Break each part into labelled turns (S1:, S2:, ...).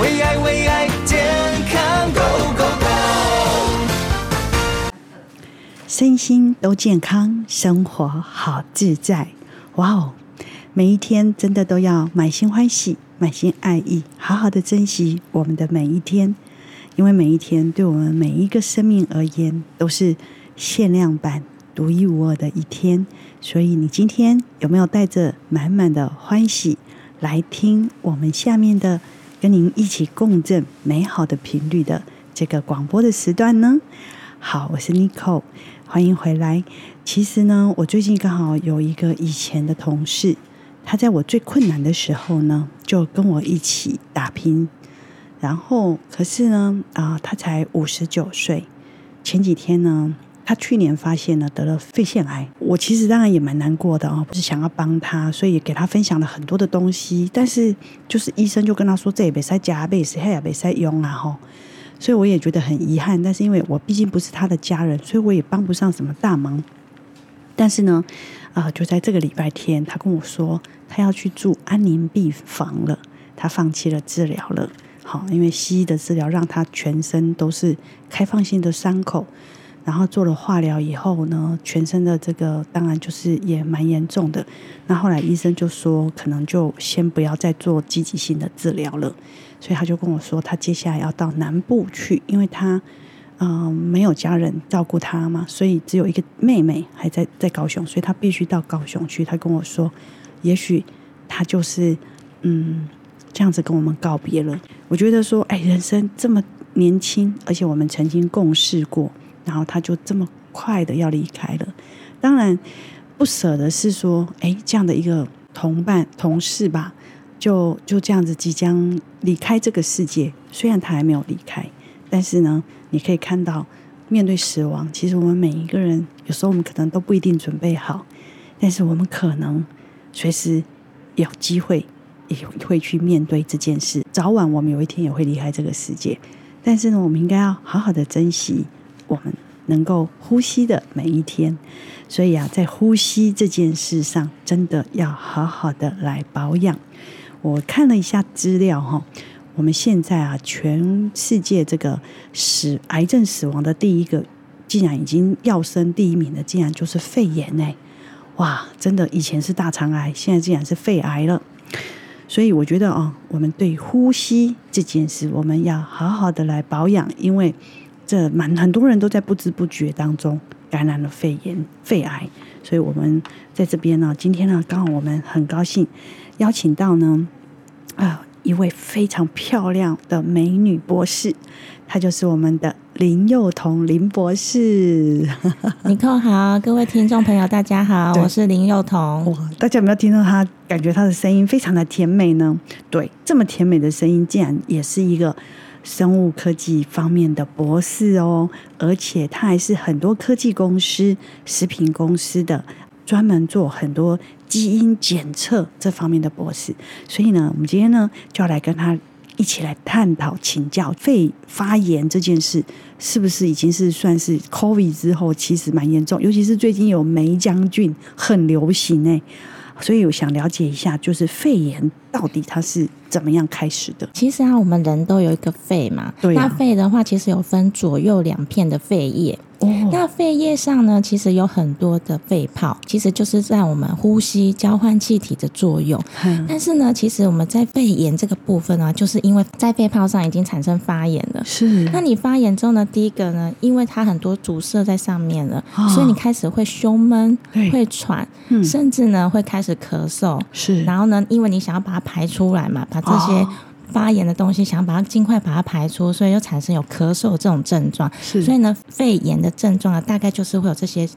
S1: 为爱为爱健康 Go Go Go！
S2: 身心都健康，生活好自在。哇哦，每一天真的都要满心欢喜，满心爱意，好好的珍惜我们的每一天，因为每一天对我们每一个生命而言都是限量版、独一无二的一天。所以，你今天有没有带着满满的欢喜来听我们下面的，跟您一起共振美好的频率的这个广播的时段呢？好，我是 n i c o 欢迎回来。其实呢，我最近刚好有一个以前的同事，他在我最困难的时候呢，就跟我一起打拼。然后，可是呢，啊、他才五十九岁。前几天呢，他去年发现了得了肺腺癌。我其实当然也蛮难过的哦，不是想要帮他，所以也给他分享了很多的东西。但是，就是医生就跟他说，这也别塞加，别塞黑，也别塞用啊，吼。所以我也觉得很遗憾。但是因为我毕竟不是他的家人，所以我也帮不上什么大忙。但是呢，啊、就在这个礼拜天，他跟我说他要去住安宁病房了，他放弃了治疗了。好，因为西医的治疗让他全身都是开放性的伤口，然后做了化疗以后呢，全身的这个当然就是也蛮严重的。那后来医生就说，可能就先不要再做积极性的治疗了，所以他就跟我说，他接下来要到南部去，因为他嗯、呃没有家人照顾他嘛，所以只有一个妹妹还在在高雄，所以他必须到高雄去。他跟我说，也许他就是嗯这样子跟我们告别了。我觉得说，哎，人生这么年轻，而且我们曾经共事过，然后他就这么快的要离开了。当然，不舍的是说，哎，这样的一个同伴、同事吧，就就这样子即将离开这个世界。虽然他还没有离开，但是呢，你可以看到，面对死亡，其实我们每一个人，有时候我们可能都不一定准备好，但是我们可能随时有机会也会去面对这件事。早晚我们有一天也会离开这个世界，但是呢，我们应该要好好的珍惜我们能够呼吸的每一天。所以啊，在呼吸这件事上，真的要好好的来保养。我看了一下资料哈，我们现在啊，全世界这个死癌症死亡的第一个，竟然已经要升第一名的，竟然就是肺炎哎、哇，真的以前是大肠癌，现在竟然是肺癌了。所以我觉得啊、我们对呼吸这件事，我们要好好的来保养，因为这蛮很多人都在不知不觉当中感染了肺炎、肺癌。所以我们在这边呢、今天呢，刚好我们很高兴邀请到呢，啊、一位非常漂亮的美女博士，她就是我们的林幼彤林博士。
S3: 尼克好，各位听众朋友，大家好，
S2: 对哦
S3: 我是林幼彤。
S2: 哇，大家有没有听到她？感觉她的声音非常的甜美呢？对，这么甜美的声音，竟然也是一个生物科技方面的博士哦，而且她还是很多科技公司、食品公司的专门做很多基因检测这方面的博士。所以呢，我们今天呢就要来跟她一起来探讨请教肺发炎这件事，是不是已经是算是 COVID 之后其实蛮严重，尤其是最近有梅将军很流行哎、所以我想了解一下，就是肺炎到底它是怎么样开始的？
S3: 其实啊，我们人都有一个肺嘛，
S2: 对啊
S3: 那肺的话，其实有分左右两片的肺叶。
S2: 哦，
S3: 那肺叶上呢，其实有很多的肺泡，其实就是在我们呼吸交换气体的作用。
S2: 嗯
S3: 但是呢，其实我们在肺炎这个部分呢、就是因为在肺泡上已经产生发炎了。
S2: 是
S3: 那你发炎之后呢？第一个呢，因为它很多阻塞在上面了，
S2: 啊
S3: 所以你开始会胸闷
S2: 对、
S3: 会喘，
S2: 嗯
S3: 甚至呢会开始咳嗽。
S2: 是
S3: 然后呢，因为你想要把它排出来嘛，把这些
S2: 哦
S3: 发炎的东西想要把它尽快把它排出，所以就产生有咳嗽这种症状。
S2: 是
S3: 所以呢，肺炎的症状啊，大概就是会有这些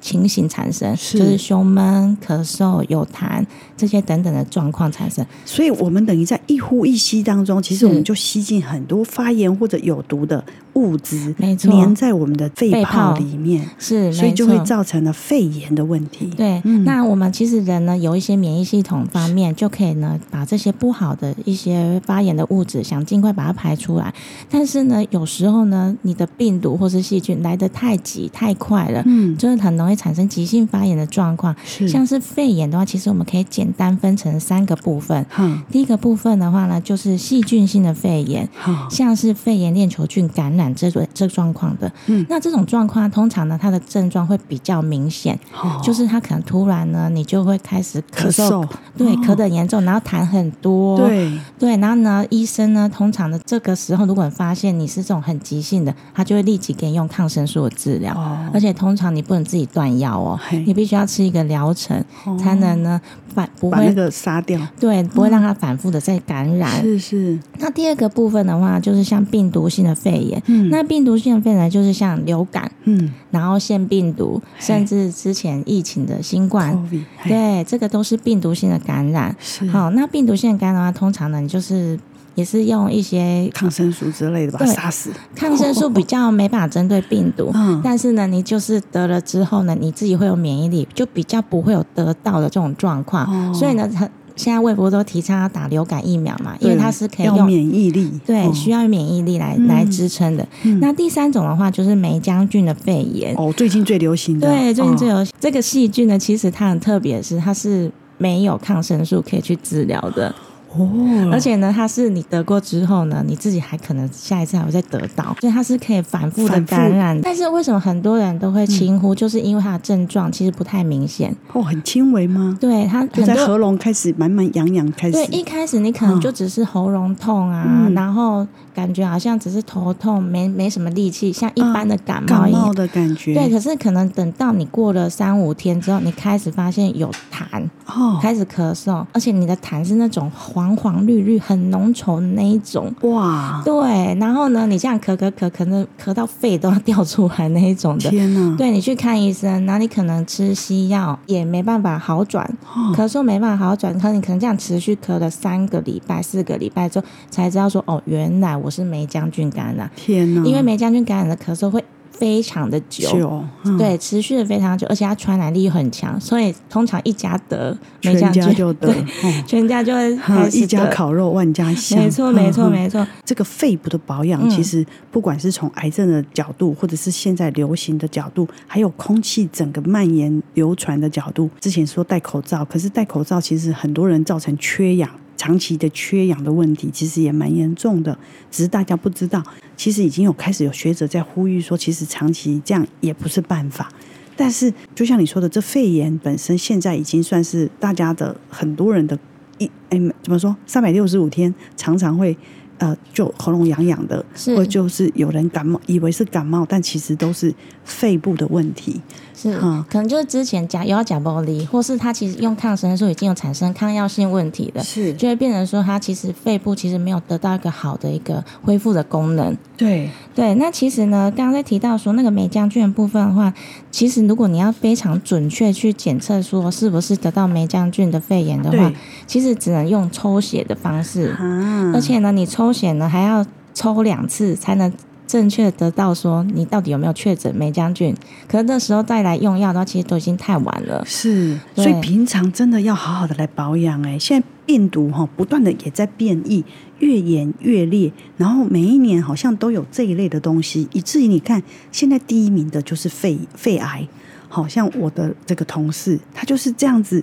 S3: 情形产生，
S2: 是
S3: 就是胸闷、咳嗽、有痰这些等等的状况产生。
S2: 所以我们等于在一呼一吸当中，其实我们
S3: 是
S2: 就吸进很多发炎或者有毒的物质，
S3: 没错
S2: 粘在我们的肺
S3: 肺
S2: 泡
S3: 泡
S2: 里面，
S3: 是，
S2: 所以
S3: 没
S2: 就会
S3: 错
S2: 造成了肺炎的问题。
S3: 对，
S2: 嗯
S3: 那我们其实人呢有一些免疫系统方面，就可以呢把这些不好的一些发炎的物质，想尽快把它排出来。但是呢，有时候呢，你的病毒或是细菌来得太急太快了，
S2: 嗯
S3: 就是很容易会产生急性发炎的状况。
S2: 是
S3: 像是肺炎的话，其实我们可以简单分成三个部分。
S2: 哈
S3: 第一个部分的话呢，就是细菌性的肺炎，
S2: 好，
S3: 像是肺炎链球菌感染这种这状况的。
S2: 嗯
S3: 那这种状况通常呢，它的症状会比较明显，
S2: 好
S3: 就是它可能突然呢，你就会开始
S2: 哦咳
S3: 咳嗽，
S2: 嗽，
S3: 对，
S2: 哦
S3: 咳得严重，然后痰很多，
S2: 对，
S3: 对，然后呢，医生呢，通常的这个时候，如果发现你是这种很急性的，他就会立即给你用抗生素的治疗，
S2: 哦
S3: 而且通常你不能自己断药哦
S2: 嘿，
S3: 你必须要吃一个疗程，
S2: 哦
S3: 才能呢反不
S2: 把那
S3: 会。
S2: 个杀掉，
S3: 对，不会让它反复的再感染。
S2: 是是，
S3: 那第二个部分的话，就是像病毒性的肺炎。
S2: 嗯
S3: 那病毒性的肺炎就是像流感，
S2: 嗯
S3: 然后腺病毒，
S2: 嘿
S3: 甚至之前疫情的新冠，
S2: ，COVID，嘿，
S3: 对，这个都是病毒性的感染。
S2: 是
S3: 好，那病毒性的感染的话，通常呢，你就是也是用一些
S2: 抗生素之类的把它
S3: 对
S2: 杀死，，
S3: 抗生素比较没办法针对病毒
S2: 嗯
S3: 但是呢，你就是得了之后呢，你自己会有免疫力，就比较不会有得到的这种状况。
S2: 哦
S3: 所以呢，它现在卫博都提倡要打流感疫苗嘛，因为
S2: 对
S3: 它是可以
S2: 要
S3: 用
S2: 免疫力，
S3: 对
S2: 哦
S3: 需要免疫力来、
S2: 嗯
S3: 来支撑的。
S2: 嗯
S3: 那第三种的话就是梅将军的肺炎，
S2: 哦，最近最流行的，
S3: 对，最近最
S2: 哦
S3: 有、这个细菌呢，其实它很特别的是，它是没有抗生素可以去治疗的。
S2: 哦，
S3: 而且呢，它是你得过之后呢，你自己还可能下一次还会再得到，所以它是可以反复的
S2: 反复嗯
S3: 感染。但是为什么很多人都会轻忽，就是因为它的症状其实不太明显。
S2: 哦很轻微吗？
S3: 对它
S2: 就
S3: 很
S2: 在
S3: 多
S2: 喉咙开始慢慢痒痒开始
S3: 对，一开始你可能就只是喉咙痛啊，
S2: 嗯
S3: 然后感觉好像只是头痛，没没什么力气，像一般的感
S2: 嗯
S3: 冒
S2: 感
S3: 一样。
S2: 冒的感觉，
S3: 对，可是可能等到你过了三五天之后，你开始发现有痰，
S2: 哦，
S3: 开始咳嗽，而且你的痰是那种黄黄绿绿、很浓稠的那一种。
S2: 哇，
S3: 对，然后呢，你这样咳咳咳，可能咳到肺都要掉出来那一种的。
S2: 天哪，
S3: 对你去看医生，然后你可能吃西药也没办法好转，
S2: 哦
S3: 咳嗽没办法好转，可能你可能这样持续咳了三个礼拜、四个礼拜之后，才知道说哦，原来我是梅将军感染，
S2: 天哪，
S3: 因为梅将军感染的咳嗽会非常的久，
S2: 酒，嗯，
S3: 对，持续的非常久，而且它传染力又很强，所以通常一家得梅
S2: 全
S3: 将军
S2: 家就得，
S3: 对，
S2: 哦
S3: 全家就会开
S2: 哼
S3: 始
S2: 一家
S3: 得
S2: 烤肉万家香，
S3: 没错，没错，
S2: 嗯。嗯
S3: 没错。
S2: 这个肺部的保养，
S3: 嗯
S2: 其实不管是从癌症的角度，或者是现在流行的角度，还有空气整个蔓延流传的角度，之前说戴口罩，可是戴口罩其实很多人造成缺氧。长期的缺氧的问题其实也蛮严重的，只是大家不知道。其实已经有开始有学者在呼吁说，其实长期这样也不是办法。但是就像你说的，这肺炎本身现在已经算是大家的很多人的一哎怎么说，三百六十五天常常会呃就喉咙痒痒的，
S3: 是
S2: 或就是有人感冒，以为是感冒，但其实都是肺部的问题。
S3: 是
S2: 嗯，
S3: 可能就是之前甲有要甲玻璃，或是它其实用抗生素已经有产生抗药性问题的，
S2: 是
S3: 就会变成说它其实肺部其实没有得到一个好的一个恢复的功能。
S2: 对，
S3: 对，那其实呢，刚刚在提到说那个梅将军的部分的话，其实如果你要非常准确去检测说是不是得到梅将军的肺炎的话
S2: 对，
S3: 其实只能用抽血的方式。
S2: 啊
S3: 而且呢，你抽血呢还要抽两次才能正确得到说你到底有没有确诊梅将军。可是那时候再来用药的话，其实都已经太晚了。
S2: 是，
S3: 对
S2: 所以平常真的要好好的来保养。哎，现在病毒哈、不断的也在变异，越演越烈，然后每一年好像都有这一类的东西，以至于你看现在第一名的就是肺肺癌，好像我的这个同事他就是这样子，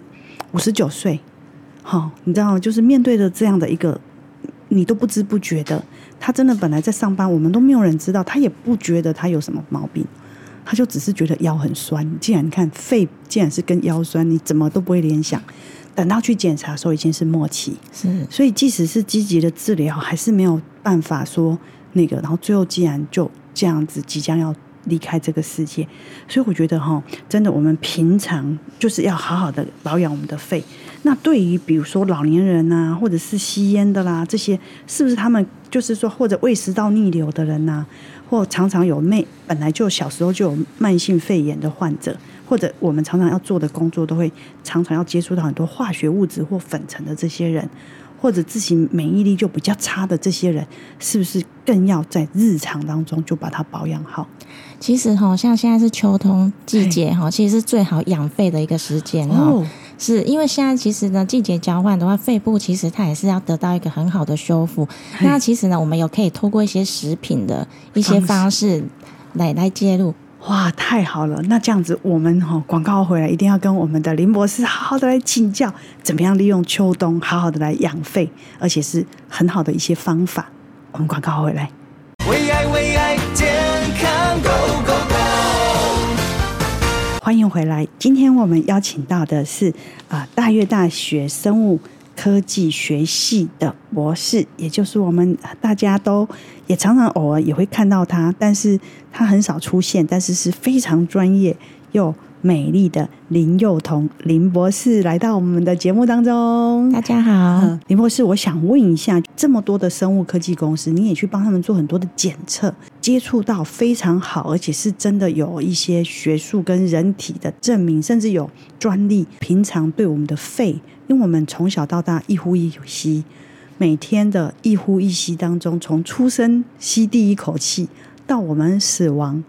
S2: 五十九岁，好、你知道吗，就是面对着这样的一个你都不知不觉的，他真的本来在上班，我们都没有人知道，他也不觉得他有什么毛病，他就只是觉得腰很酸。既然你看肺，既然是跟腰酸，你怎么都不会联想。等到去检查的时候已经是末期，
S3: 是
S2: 所以即使是积极的治疗，还是没有办法说那个。然后最后既然就这样子，即将要离开这个世界，所以我觉得哈，真的我们平常就是要好好的保养我们的肺。那对于比如说老年人啊，或者是吸烟的啦，这些是不是他们就是说或者胃食道逆流的人呐、或常常有妹本来就小时候就有慢性肺炎的患者，或者我们常常要做的工作都会常常要接触到很多化学物质或粉尘的这些人，或者自己免疫力就比较差的这些人，是不是更要在日常当中就把它保养好？
S3: 其实哈、像现在是秋冬季节哈、其实是最好养肺的一个时间哦。
S2: 哦
S3: 是因为现在其实呢，季节交换的话，肺部其实它也是要得到一个很好的修复。
S2: 嘿
S3: 那其实呢，我们有可以透过一些食品的一些
S2: 方
S3: 方式来来介入。
S2: 哇，太好了！那这样子，我们哈、哦、广告回来一定要跟我们的林博士好好的来请教，怎么样利用秋冬好好的来养肺，而且是很好的一些方法。我们广告回来。
S1: 为爱为爱健康 Go Go Go，
S2: 欢迎回来。今天我们邀请到的是啊、呃大越大学生物科技学系的博士，也就是我们呃大家都也常常偶尔也会看到他，但是他很少出现，但是是非常专业又美丽的林幼彤林博士来到我们的节目当中。
S3: 大家好
S2: 嗯，，林博士，我想问一下，这么多的生物科技公司，你也去帮他们做很多的检测，接触到非常好，而且是真的有一些学术跟人体的证明，甚至有专利。平常对我们的肺，因为我们从小到大一呼一吸，每天的一呼一吸当中，从出生吸第一口气到我们死亡，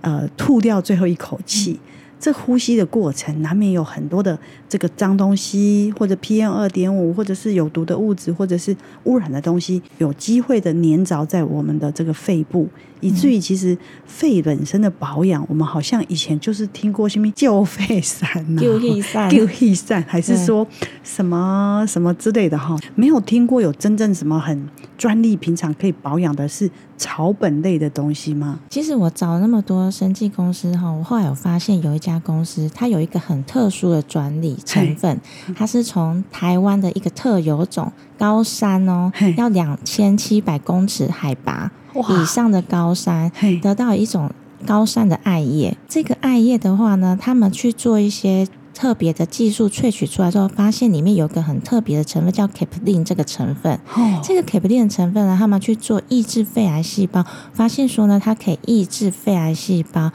S2: 呃，吐掉最后一口气。这呼吸的过程难免有很多的这个脏东西，或者 PM 二点五，或者是有毒的物质，或者是污染的东西，有机会的粘着在我们的这个肺部，以至于其实肺本身的保养，我们好像以前就是 听过什么救肺散、啊、
S3: 救 肺散
S2: 救肺散，还是说什么什么之类的哈，没有听过有真正什么很专利，平常可以保养的是草本类的东西吗？
S3: 其实我找了那么多生技公司哈，我后来有发现有一家公司，它有一个很特殊的专利成分，它是从台湾的一个特有种高山哦
S2: 嘿，
S3: 要两千七百公尺海拔
S2: 哇
S3: 以上的高山
S2: 嘿，
S3: 得到一种高山的艾叶。这个艾叶的话呢，他们去做一些。特别的技术萃取出来之后，发现里面有一个很特别的成分叫 c a p l i n 这个成分，
S2: 哦
S3: 这个 c a p l i n 成分呢，他们去做抑制肺癌细胞，发现说呢，它可以抑制肺癌细胞，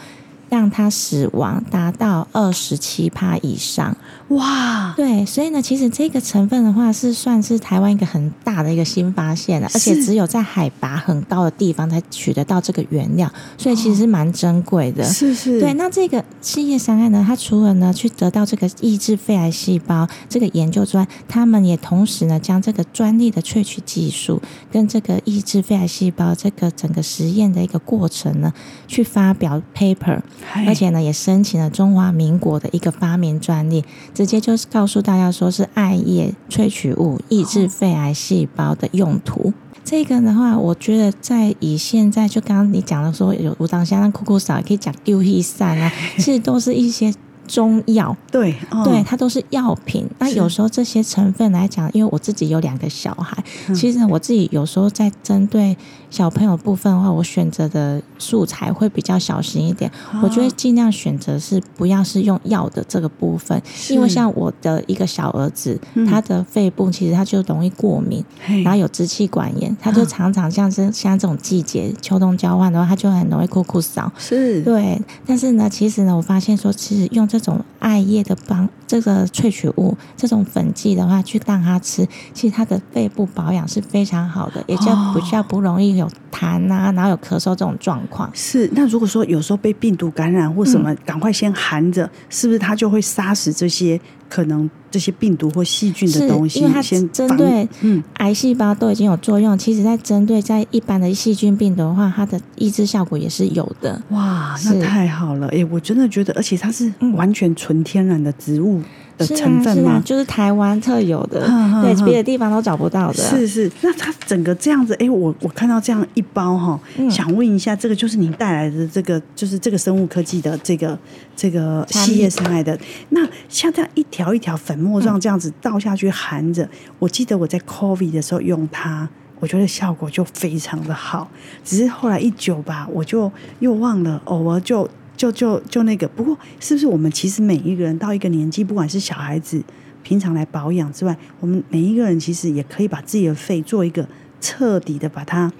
S3: 让它死亡达到二十七趴以上。
S2: 哇，
S3: 对，所以呢，其实这个成分的话是算是台湾一个很大的一个新发现了，而且
S2: 是
S3: 只有在海拔很高的地方才取得到这个原料，所以其实是蛮珍贵的。
S2: 是是，
S3: 对，那这个细叶三害呢，它除了呢去得到这个抑制肺癌细胞这个研究之外，他们也同时呢将这个专利的萃取技术跟这个抑制肺癌细胞这个整个实验的一个过程呢，去发表 paper，
S2: 嗨
S3: 而且呢也申请了中华民国的一个发明专利，直接就是告诉大家说是艾叶萃取物抑制肺癌细胞的用途。这个的话，我觉得在以现在就刚刚你讲的说有武当香、那酷酷嫂，也可以讲丢一散啊，其实都是一些中药，
S2: 对、哦
S3: 对，它都是药品。那
S2: 是
S3: 有时候这些成分来讲，因为我自己有两个小孩，其实呢我自己有时候在针对小朋友部分的话，我选择的素材会比较小心一点，
S2: 哦
S3: 我就会尽量选择是不要是用药的这个部分，因为像我的一个小儿子，他的肺部其实他就容易过敏，
S2: 嘿
S3: 然后有支气管炎，他就常常像是像这种季节秋冬交换的话，他就很容易哭哭嗓。
S2: 是，
S3: 对，但是呢，其实呢，我发现说，其实用这种艾叶的帮这个萃取物、这种粉剂的话，去让它吃，其实它的肺部保养是非常好的，也就比较不容易有痰啊，然后有咳嗽这种状况。
S2: 是。那如果说有时候被病毒感染或什
S3: 嗯
S2: 么，赶快先含着，是不是它就会杀死这些可能这些病毒或细菌的
S3: 是
S2: 东西？
S3: 因为它
S2: 先
S3: 针
S2: 防
S3: 对
S2: 嗯
S3: 癌细胞都已经有作用，其实在针对在一般的细菌病毒的话，它的抑制效果也是有的。
S2: 哇，
S3: 是
S2: 那太好了！哎、我真的觉得，而且它是
S3: 嗯
S2: 完全纯天然的植物的
S3: 是啊
S2: 成分
S3: 是
S2: 嘛
S3: 啊，，就是台湾特有的，
S2: 哼哼
S3: 对
S2: 哼
S3: 别的地方都找不到的。啊
S2: 是是，那它整个这样子，哎，我我看到这样一包哈、
S3: 嗯
S2: 想问一下，这个就是你带来的这个，就是这个生物科技的这个这个
S3: 产
S2: 细
S3: 品
S2: 叶上来的。那像这样一条一条粉末状这样子倒下去含着，我记得我在 COVID 的时候用它。我觉得效果就非常的好，只是后来一久吧，我就又忘了，偶尔就就就就那个。不过，是不是我们其实每一个人到一个年纪，不管是小孩子，平常来保养之外，我们每一个人其实也可以把自己的肺做一个彻底的把它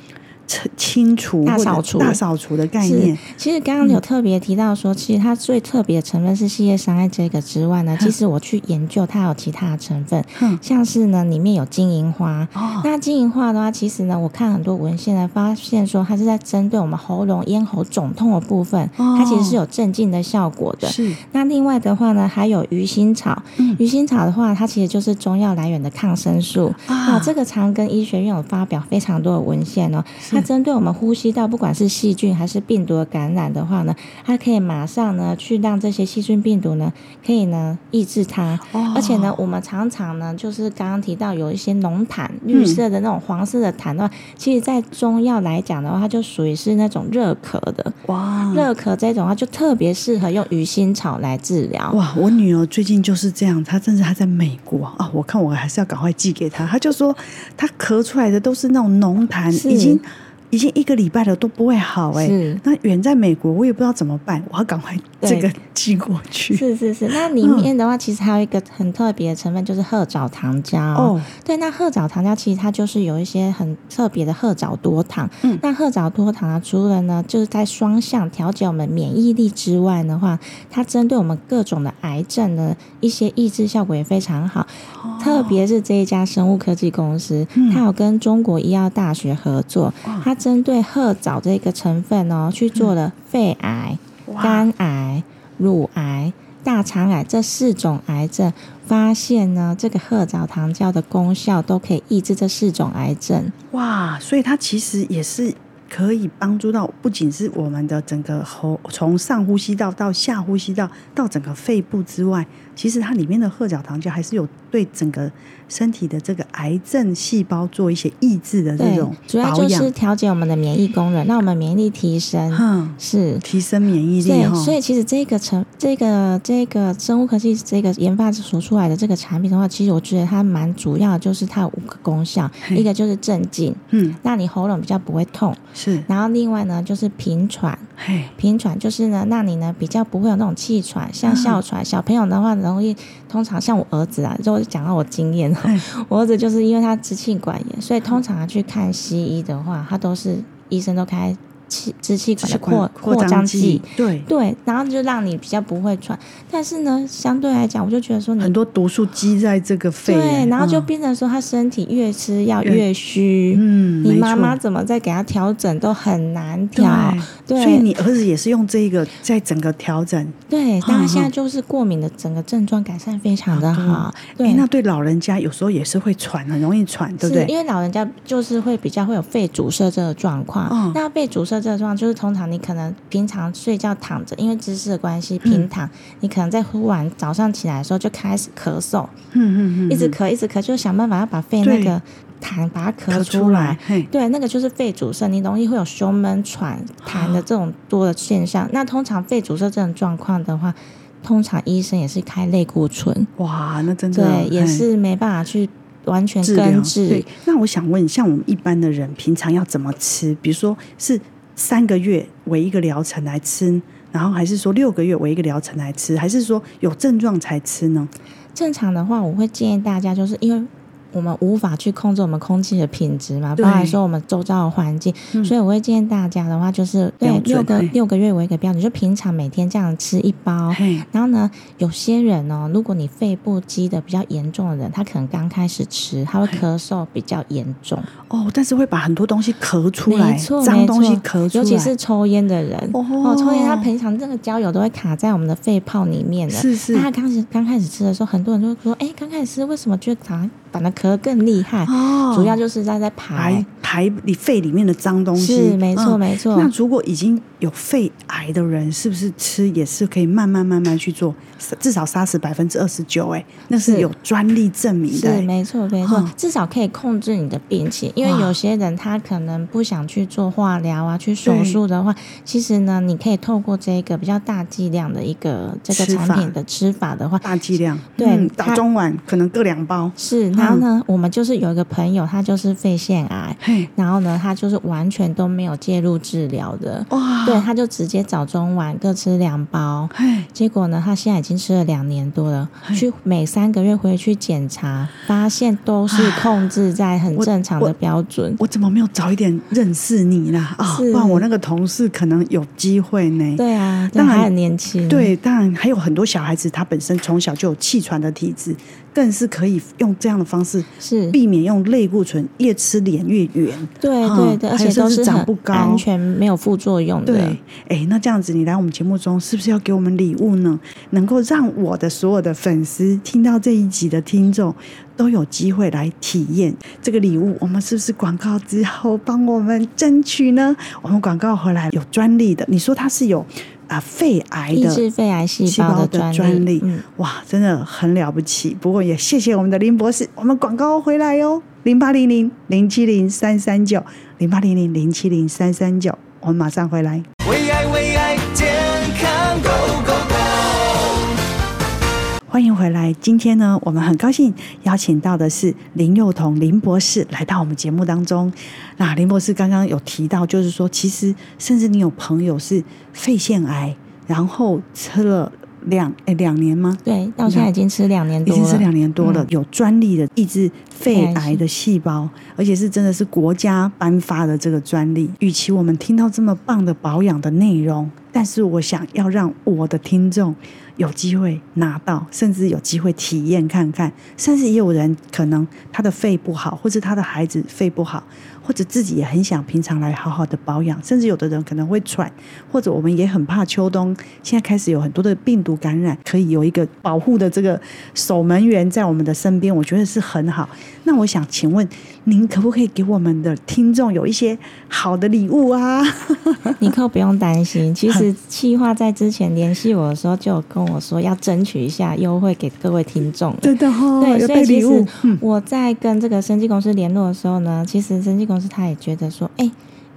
S2: 彻清除、
S3: 大
S2: 或者
S3: 扫除
S2: 大扫除的概
S3: 是
S2: 念。，
S3: 其实刚刚
S2: 嗯
S3: 有特别提到说，其实它最特别的成分是细叶伤害这个之外呢，其实我去研究它有其他的成分
S2: 嗯，
S3: 像是呢里面有金银花。
S2: 哦
S3: 那金银花的话，其实呢，我看很多文献呢，发现说它是在针对我们喉咙、咽喉肿痛的部分，
S2: 哦
S3: 它其实是有镇静的效果的。
S2: 是嗯
S3: 那另外的话呢，还有鱼腥草。鱼腥草的话，它其实就是中药来源的抗生素。
S2: 啊
S3: 这个常跟医学院有发表非常多的文献哦。它针对我们呼吸道，不管是细菌还是病毒的感染的话呢，它可以马上呢去让这些细菌病毒呢可以呢抑制它，
S2: 哦
S3: 而且呢，我们常常呢就是刚刚提到有一些浓痰，
S2: 嗯
S3: 绿色的那种黄色的痰的话，其实在中药来讲的话，它就属于是那种热咳的。
S2: 哇
S3: 热咳这种的话，就特别适合用鱼腥草来治疗。
S2: 哇，我女儿最近就是这样，她真是她在美国啊，我看我还是要赶快寄给她。她就说她咳出来的都是那种浓痰，
S3: 是
S2: 已经已经一个礼拜了都不会好哎、
S3: 是
S2: 那远在美国，我也不知道怎么办，我要赶快这
S3: 对
S2: 个寄过去。
S3: 是是是，那里
S2: 嗯
S3: 面的话，其实还有一个很特别的成分，就是褐藻糖胶。
S2: 哦，
S3: 对，那褐藻糖胶其实它就是有一些很特别的褐藻多糖。
S2: 嗯
S3: 那褐藻多糖啊，除了呢就是在双向调节我们免疫力之外的话，它针对我们各种的癌症的一些抑制效果也非常好。特别是这一家生物科技公司，
S2: 哦嗯
S3: 它有跟中国医药大学合作，
S2: 哇
S3: 它针对褐藻这个成分哦，去做了肺癌、
S2: 哇
S3: 肝癌、乳癌、大肠癌这四种癌症，发现呢，这个褐藻糖胶的功效都可以抑制这四种癌症。
S2: 哇，所以它其实也是可以帮助到，不仅是我们的整个喉，从上呼吸道到下呼吸道到整个肺部之外，其实它里面的褐藻糖胶还是有对整个身体的这个癌症细胞做一些抑制的这
S3: 对
S2: 种，
S3: 主要
S2: 保
S3: 就是
S2: 养，
S3: 调节我们的免疫功能，让我们免疫力提升。
S2: 哼，
S3: 是。
S2: 嗯提升免疫力
S3: 对
S2: 哈，，
S3: 所以其实这个成这个这个生物科技这个研发所出来的这个产品的话，其实我觉得它蛮主要的，就是它有五个功效，
S2: 嘿
S3: 一个就是镇静，
S2: 嗯，
S3: 让你喉咙比较不会痛，
S2: 是，
S3: 然后另外呢就是平喘，
S2: 嘿，
S3: 平喘就是呢，让你呢比较不会有那种气喘，
S2: 嗯
S3: 像哮喘。小朋友的话，容易通常像我儿子啊，就讲到我经验哦
S2: 哎，嗯
S3: 我儿子就是因为他支气管炎，所以通常去看西医的话，他都是医生都开气支气管的扩扩张剂，，
S2: 对，
S3: 对，然后就让你比较不会喘。但是呢，相对来讲，我就觉得说你
S2: 很多毒素积在这个肺，
S3: 嗯对，然后就
S2: 嗯
S3: 变成说他身体越吃药
S2: 越
S3: 越虚，
S2: 嗯没
S3: 你妈
S2: 错
S3: 妈怎么再给他调整都很难
S2: 对
S3: 调，对，
S2: 所以你儿子也是用这个在整个调整。
S3: 对，但
S2: 嗯
S3: 他现在
S2: 嗯
S3: 就是过敏的整个症状改善非常的
S2: 好
S3: 好，对
S2: 诶，那对老人家有时候也是会喘，很容易喘，对不
S3: 是
S2: 对？
S3: 因为老人家就是会比较会有肺阻塞这个状况。
S2: 嗯
S3: 那肺阻塞这个状况，就是通常你可能平常睡觉躺着，因为姿势的关系平躺，
S2: 嗯
S3: 你可能在忽然早上起来的时候就开始咳嗽，
S2: 嗯嗯嗯，
S3: 一直
S2: 嗯
S3: 咳一直咳，就想办法要把肺那
S2: 对
S3: 个痰把它咳
S2: 咳
S3: 出来。
S2: 嘿，
S3: 对，那个就是肺阻塞，你容易会有胸闷、喘、痰的这种多的现象。那通常肺阻塞这种状况的话，通常医生也是开类固醇，
S2: 哇，那真的
S3: 对，也
S2: 嘿
S3: 是没办法去完全
S2: 治疗
S3: 根。治
S2: 对。，那我想问，像我们一般的人，平常要怎么吃？比如说是三个月为一个疗程来吃，然后还是说六个月为一个疗程来吃，还是说有症状才吃呢？
S3: 正常的话，我会建议大家，就是因为我们无法去控制我们空气的品质嘛，
S2: 对
S3: 包含说我们周遭的环境，
S2: 嗯
S3: 所以我会建议大家的话，就是对
S2: 标准
S3: 六个
S2: 嘿
S3: 六个月为一个标准，就平常每天这样吃一 包。
S2: 嘿，
S3: 然后呢，有些人哦，如果你肺部积的比较严重的人，他可能刚开始吃，他会
S2: 嘿
S3: 咳嗽比较严重，
S2: 哦，但是会把很多东西咳出来
S3: 没错，，
S2: 哎脏
S3: 没
S2: 东西
S3: 错
S2: 咳出来，
S3: 尤其是抽烟的人
S2: 哦
S3: 抽烟他平常这个胶油都会卡在我们的肺泡里面的。
S2: 是是
S3: 那他刚开始刚开始吃的时候，很多人就会说，哎，刚开始吃为什么觉得反而反而咳更厉害？
S2: 哦哎
S3: 主要就是在在
S2: 排
S3: 排。
S2: 排你肺里面的脏东西，嗯
S3: 是没错没错
S2: 那如果已经有肺癌的人，是不是吃也是可以慢慢慢慢去做，至少杀死百分之二十九？哎、那是
S3: 是
S2: 有专利证明的、
S3: 是
S2: 哎
S3: 没错没错
S2: 嗯，
S3: 至少可以控制你的病情，因为
S2: 哇
S3: 有些人他可能不想去做化疗啊，去手
S2: 对
S3: 术的话，
S2: 嗯
S3: 其实呢，你可以透过这个比较大剂量的一个这个
S2: 吃
S3: 产
S2: 法
S3: 品的吃法的话，
S2: 大剂量，
S3: 对
S2: 嗯
S3: 它
S2: 打中碗可能各两包，
S3: 是，
S2: 嗯
S3: 然后呢，我们就是有一个朋友，他就是肺腺癌，
S2: 嘿，
S3: 然后呢，他就是完全都没有介入治疗的，
S2: 哇，
S3: 对，，他就直接早中晚各吃两包。
S2: 嘿，
S3: 结果呢，他现在已经吃了两年多了
S2: 嘿，
S3: 去每三个月回去检查，发现都是控制在很
S2: 我
S3: 正常
S2: 我
S3: 的标准。
S2: 我怎么没有早一点认识你啦？啊、
S3: 是
S2: 不然我那个同事可能有机会呢。
S3: 对啊，对
S2: 当然
S3: 还很年轻。
S2: 对，当然还有很多小孩子，他本身从小就有气喘的体质，更是可以用这样的方式，
S3: 是
S2: 避免用类固醇，越吃脸越圆。
S3: 对
S2: 嗯
S3: 对对，而
S2: 还有
S3: 且
S2: 甚
S3: 都
S2: 至
S3: 是
S2: 长
S3: 很
S2: 不高
S3: 安全没有副作用的。
S2: 对，哎，那这样子，你来我们节目中，是不是要给我们礼物呢？能够让我的所有的粉丝听到这一集的听众都有机会来体验这个礼物，我们是不是广告之后帮我们争取呢？我们广告回来有专利的，你说它是有啊、肺癌
S3: 抑
S2: 的
S3: 制肺癌细
S2: 细
S3: 胞
S2: 胞
S3: 的
S2: 的
S3: 专
S2: 专利，
S3: 嗯，
S2: 哇，真的很了不起。不过也谢谢我们的林博士，我们广告回来哟、哦，零八零零零七零三三九，零八零零零七零三三九，我们马上回来。
S1: 为爱为爱健康 Go Go Go，
S2: 欢迎回来。今天呢，我们很高兴邀请到的是林幼彤林博士来到我们节目当中。那林博士刚刚有提到，就是说，其实甚至你有朋友是肺腺癌，然后吃了两诶两年吗？
S3: 对，到现在已经吃两年
S2: 已
S3: 多了，
S2: 经是 两年多了，
S3: 嗯
S2: 有专利的抑制肺癌的细胞，而且是真的是国家颁发的这个专利。与其我们听到这么棒的保养的内容，但是我想要让我的听众有机会拿到，甚至有机会体验看看，甚至也有人可能他的肺不好，或者他的孩子肺不好，或者自己也很想平常来好好的保养，甚至有的人可能会喘，或者我们也很怕秋冬，现在开始有很多的病毒感染，可以有一个保护的这个守门员在我们的身边，我觉得是很好。那我想请问您可不可以给我们的听众有一些好的礼物啊？
S3: 尼克不用担心，其实企划在之前联系我的时候，就有跟我说要争取一下优惠给各位听众了。
S2: 真的哦，
S3: 对，
S2: 有
S3: 所以
S2: 带
S3: 其
S2: 礼
S3: 实
S2: 物，嗯，
S3: 我在跟这个生技公司联络的时候呢，其实生技公司他也觉得说，哎、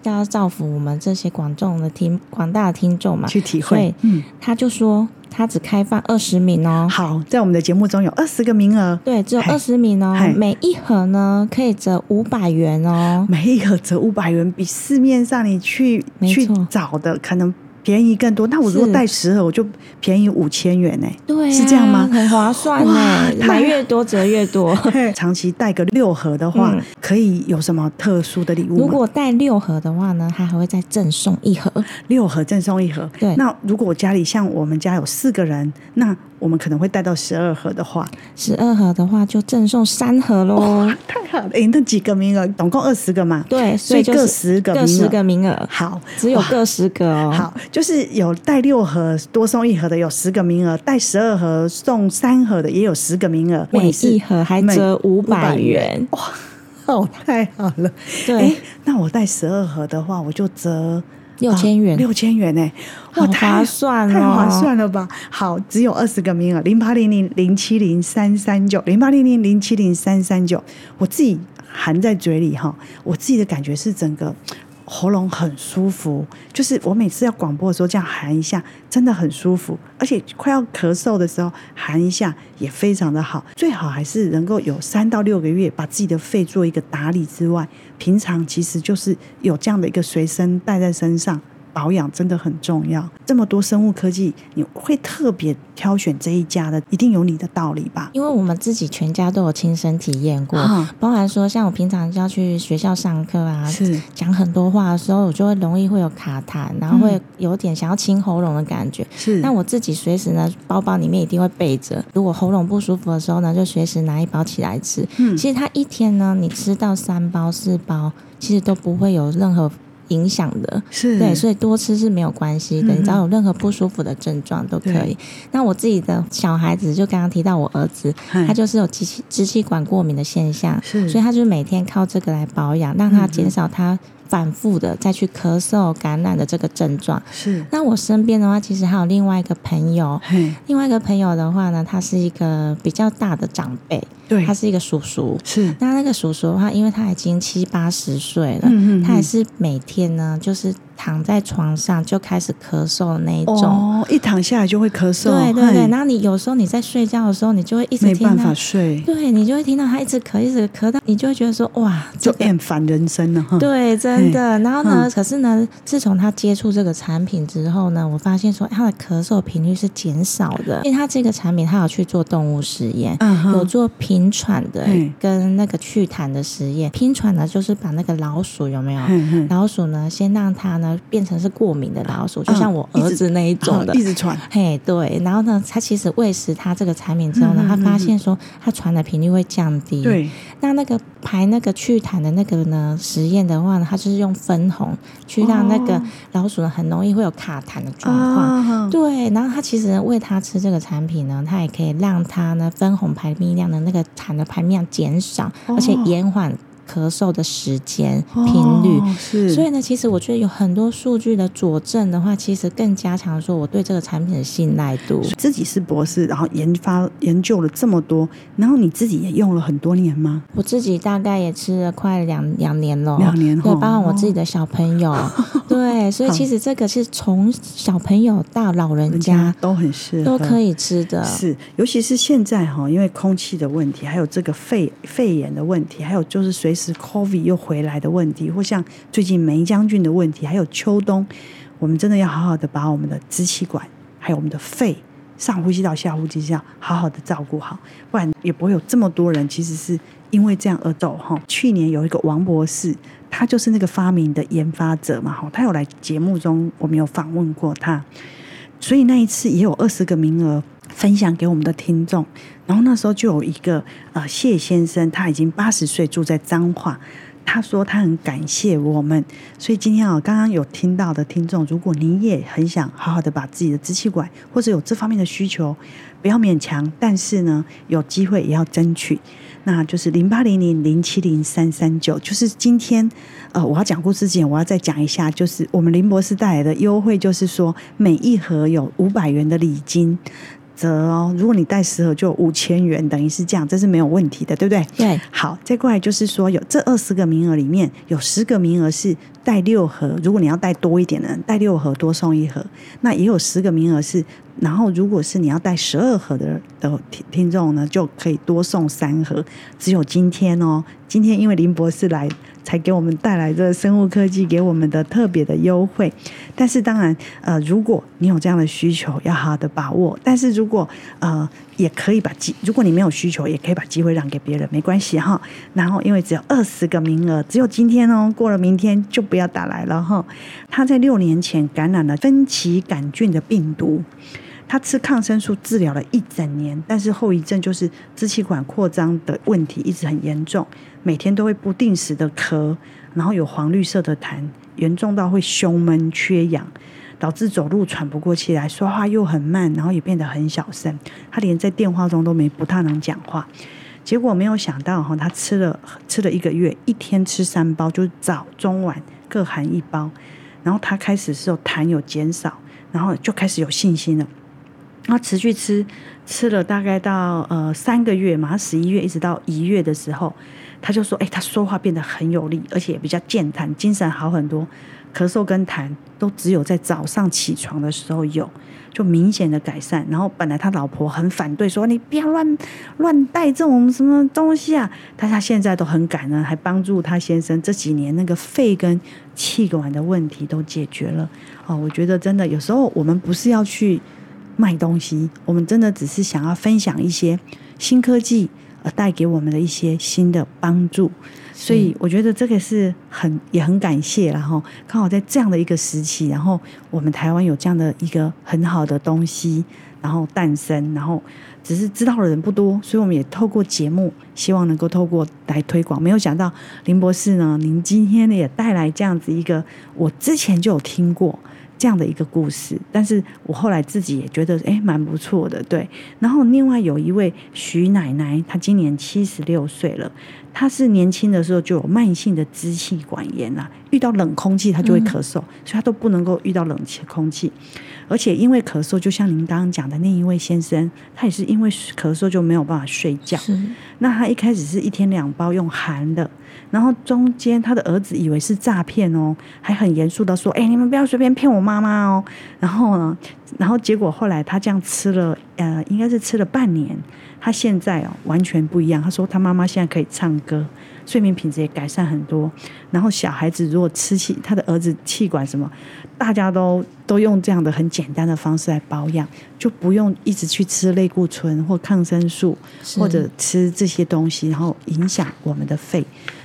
S3: 要造福我们这些广众的听广大的听众嘛，
S2: 去体
S3: 所以
S2: 会。嗯，
S3: 他就说他只开放二十名哦。
S2: 好，在我们的节目中有二十个名额，
S3: 对，只有
S2: 嗨
S3: 二十名哦
S2: 嗨，
S3: 每一盒呢可以折五百元哦。
S2: 每一个折五百元，比市面上你去
S3: 没
S2: 去
S3: 错
S2: 找的可能便宜更多。那我如果
S3: 是
S2: 带十盒，我就便宜五千元呢、
S3: 对、啊，
S2: 是这样吗
S3: 很划算
S2: 哇
S3: 呢，
S2: 太
S3: 买越多折越多。
S2: 嘿 长期带个六盒的话，
S3: 嗯
S2: 可以有什么特殊的礼物吗？
S3: 如果带六盒的话呢，它还会再赠送一盒。
S2: 六盒赠送一盒，
S3: 对
S2: 那如果我家里像我们家有四个人，那我们可能会带到十二盒的话，
S3: 十二盒的话就赠送三盒喽。
S2: 太好了！诶，那几个名额，总共二十个嘛，
S3: 对，
S2: 所
S3: 所
S2: 以
S3: 以就是
S2: 各十个名额
S3: 各十个名额，
S2: 好，
S3: 只有
S2: 哇
S3: 各十个哦。，
S2: 好，就是有带六盒多送一盒的有十个名额，带十二盒送三盒的也有十个名额，
S3: 每
S2: 哇是
S3: 一盒还
S2: 每
S3: 折五百
S2: 500
S3: 元。
S2: 哇，哦，太好了！
S3: 对
S2: 诶那我带十二盒的话，我就折啊
S3: 6000元
S2: 六千元呢，哇，
S3: 好
S2: 太
S3: 划算哦
S2: 太划算了吧？好，只有二十个名额，零八零零零七零三三九，零八零零零七零三三九，我自己含在嘴里哈，我自己的感觉是整个。喉咙很舒服，就是我每次要广播的时候这样含一下，真的很舒服，而且快要咳嗽的时候含一下也非常的好。最好还是能够有三到六个月把自己的肺做一个打理之外，平常其实就是有这样的一个随身带在身上，保养真的很重要。这么多生物科技，你会特别挑选这一家的，一定有你的道理吧？
S3: 因为我们自己全家都有亲身体验过
S2: 啊，
S3: 包含说像我平常要去学校上课啊，
S2: 是
S3: 讲很多话的时候，我就会容易会有卡痰，然后会有点想要清喉咙的感觉。
S2: 是
S3: 那我自己随时呢，包包里面一定会备着。如果喉咙不舒服的时候呢，就随时拿一包起来吃。
S2: 嗯
S3: 其实它一天呢，你吃到三包四包，其实都不会有任何影响的。
S2: 是
S3: 对，所以多吃是没有关系的。
S2: 嗯
S3: 你只要有任何不舒服的症状都可以
S2: 对。
S3: 那我自己的小孩子，就刚刚提到我儿子，
S2: 嗯
S3: 他就是有支气支气管过敏的现象，
S2: 是嗯
S3: 所以他就是每天靠这个来保养，让他减少他反复的再去咳嗽感染的这个症状。
S2: 是
S3: 那我身边的话，其实还有另外一个朋友，
S2: 嘿
S3: 另外一个朋友的话呢，他是一个比较大的长辈，
S2: 对
S3: 他是一个叔叔。
S2: 是
S3: 那那个叔叔的话，因为他已经七八十岁了，
S2: 嗯嗯嗯
S3: 他也是每天呢，就是躺在床上就开始咳嗽的那一种。
S2: 哦，一躺下来就会咳嗽，
S3: 对对对，
S2: 嘿
S3: 然后你有时候你在睡觉的时候，你就会一直
S2: 没
S3: 听
S2: 办
S3: 到
S2: 法，睡，
S3: 对你就会听到他一直咳，一直咳到，你就会觉得说哇，这
S2: 就嗯
S3: 个
S2: 厌烦人生了哈。
S3: 对，真真的。然后呢，可是呢，自从他接触这个产品之后呢，我发现说他的咳嗽频率是减少的，因为他这个产品他有去做动物实验，
S2: 嗯哼
S3: 有做平喘的
S2: 嗯
S3: 跟那个祛痰的实验。平喘呢，就是把那个老鼠有没有？
S2: 嗯嗯
S3: 老鼠呢，先让它呢变成是过敏的老鼠，就像我
S2: 嗯一
S3: 儿
S2: 直
S3: 子那一种的
S2: 好，
S3: 嗯
S2: 一直传，
S3: 嘿，对，然后呢，他其实喂食他这个产品之后呢，
S2: 嗯嗯
S3: 他
S2: 嗯
S3: 发
S2: 嗯
S3: 现说他传的频率会降低。，
S2: 对，
S3: 那那个排那个祛痰的那个呢实验的话呢，它就是用分红去让那个
S2: 哦
S3: 老鼠呢很容易会有卡痰的状况。
S2: 啊
S3: 对，然后它其实喂它吃这个产品呢，它也可以让它呢分红排泌量的那个痰的排泌量减少，而且
S2: 哦
S3: 延缓咳嗽的时间频率。
S2: 哦是，
S3: 所以呢，其实我觉得有很多数据的佐证的话，其实更加强说我对这个产品的信赖度。
S2: 自己是博士，然后研发研究了这么多，然后你自己也用了很多年吗？
S3: 我自己大概也吃了快两两年了，
S2: 两年哦
S3: 对，
S2: 吼
S3: 包含我自己的小朋友，对，所以其实这个是从小朋友到老人
S2: 人
S3: 家
S2: 家都很适合，
S3: 都可以吃的。
S2: 是，尤其是现在哈，因为空气的问题，还有这个肺肺炎的问题，还有就是随时 COVID 又回来的问题，或像最近梅将军的问题，还有秋冬，我们真的要好好的把我们的支气管，还有我们的肺，上呼吸道、下呼吸道，好好的照顾好，不然也不会有这么多人其实是因为这样而走哈。去年有一个王博士，他就是那个发明的研发者嘛哈，他有来节目中我们有访问过他。所以那一次也有二十个名额分享给我们的听众。然后那时候就有一个呃谢先生，他已经八十岁，住在彰化。他说他很感谢我们，所以今天啊，刚刚有听到的听众，如果你也很想好好的把自己的支气管或者有这方面的需求，不要勉强，但是呢，有机会也要争取。那就是零八零零零七零三三九，就是今天呃，我要讲故事之前，我要再讲一下，就是我们林博士带来的优惠，就是说每一盒有五百元的礼金。折哦，如果你带十盒就五千元，等于是这样，这是没有问题的，对不对？
S3: 对
S2: 好，再过来就是说，有这二十个名额里面，有十个名额是带六盒，如果你要带多一点的人，带六盒多送一盒。那也有十个名额是，然后如果是你要带十二盒的的听听众呢，就可以多送三盒。只有今天哦，今天因为林博士来，才给我们带来这个生物科技给我们的特别的优惠。但是当然，呃，如果你有这样的需求，要好好的把握。但是如果呃，也可以把机，如果你没有需求，也可以把机会让给别人，没关系哈。然后因为只有二十个名额，只有今天哦，过了明天就不要打来了哈。他在六年前感染了分歧杆菌的病毒。他吃抗生素治疗了一整年，但是后遗症就是支气管扩张的问题一直很严重，每天都会不定时的咳，然后有黄绿色的痰，严重到会胸闷缺氧，导致走路喘不过气来，说话又很慢，然后也变得很小声。他连在电话中都没不太能讲话。结果没有想到哈，他吃了吃了一个月，一天吃三包，就是早中晚各含一包。然后他开始是有痰有减少，然后就开始有信心了。然后持续吃，吃了大概到呃三个月嘛，十一月一直到一月的时候，他就说，哎、他说话变得很有力，而且也比较健谈，精神好很多，咳嗽跟痰都只有在早上起床的时候有，就明显的改善。然后本来他老婆很反对，说你不要乱乱带这种什么东西啊，但是他现在都很感恩，还帮助他先生这几年那个肺跟气管的问题都解决了。哦，我觉得真的有时候我们不是要去。卖东西，我们真的只是想要分享一些新科技呃带给我们的一些新的帮助，所以我觉得这个是很也很感谢啦，然后刚好在这样的一个时期，然后我们台湾有这样的一个很好的东西，然后诞生，然后只是知道的人不多，所以我们也透过节目，希望能够透过来推广。没有想到林博士呢，您今天呢也带来这样子一个，我之前就有听过。这样的一个故事，但是我后来自己也觉得，哎，蛮不错的，对。然后另外有一位徐奶奶，她今年七十六岁了，她是年轻的时候就有慢性的支气管炎啦、遇到冷空气她就会咳嗽，所以她都不能够遇到冷气空气，而且因为咳嗽，就像您刚刚讲的那一位先生，他也是因为咳嗽就没有办法睡觉，
S3: 是
S2: 那他一开始是一天两包用含的，然后中间他的儿子以为是诈骗哦，还很严肃的说：“哎、你们不要随便骗我妈妈哦。”然后呢， 然后结果后来他这样吃了，呃，应该是吃了半年，他现在哦完全不一样。他说他妈妈现在可以唱歌，睡眠品质也改善很多。然后小孩子如果吃气，他的儿子气管什么，大家都都用这样的很简单的方式来保养，就不用一直去吃类固醇或抗生素，
S3: 是
S2: 或者吃这些东西，然后影响我们的肺。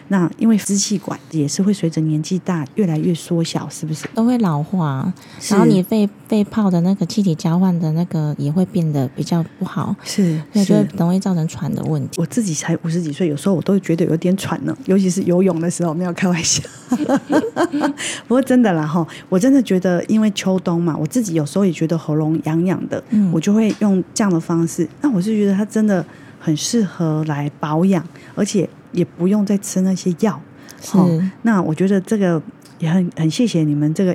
S2: 那因为支气管也是会随着年纪大越来越缩小，是不是？
S3: 都会老化，啊
S2: 是
S3: 然后你肺肺泡的那个气体交换的那个也会变得比较不好，
S2: 是
S3: 所以就会容易造成喘的问题。
S2: 我自己才五十几岁，有时候我都觉得有点喘呢，尤其是游泳的时候，没有开玩笑。 不过真的啦哈，我真的觉得，因为秋冬嘛，我自己有时候也觉得喉咙痒痒的，
S3: 嗯
S2: 我就会用这样的方式。那我是觉得它真的很适合来保养，而且也不用再吃那些药。
S3: 是
S2: 齁那我觉得这个也很很谢谢你们这个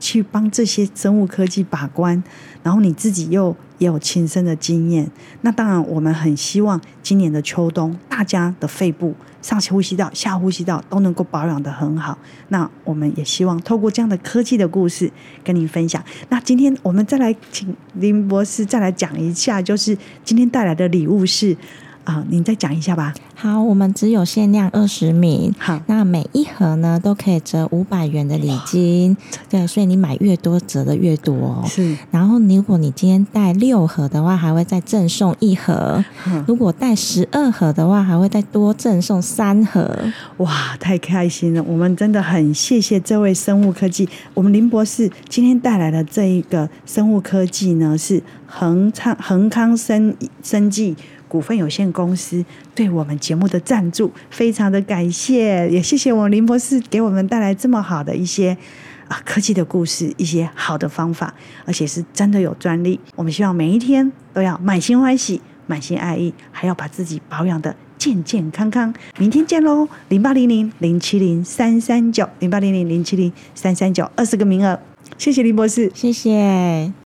S2: 去帮这些生物科技把关，然后你自己又也有亲身的经验。那当然，我们很希望今年的秋冬，大家的肺部、上呼吸道、下呼吸道都能够保养的很好。那我们也希望透过这样的科技的故事跟您分享。那今天我们再来请林博士再来讲一下，就是今天带来的礼物是啊、您再讲一下吧。
S3: 好，我们只有限量二十名。
S2: 好
S3: 那每一盒呢都可以折五百元的礼金，对，所以你买越多折的越多。哦
S2: 是
S3: 然后，如果你今天带六盒的话，还会再赠送一盒；
S2: 嗯
S3: 如果带十二盒的话，还会再多赠送三盒。
S2: 哇，太开心了！我们真的很谢谢这位生物科技。我们林博士今天带来的这一个生物科技呢，是恒昌恒康生生技股份有限公司对我们节目的赞助，非常的感谢，也谢谢我们林博士给我们带来这么好的一些。啊，科技的故事，一些好的方法，而且是真的有专利。我们希望每一天都要满心欢喜，满心爱意，还要把自己保养的健健康康。明天见喽，零八零零零七零三三九，零八零零零七零三三九，二十个名额，谢谢林博士。
S3: 谢谢。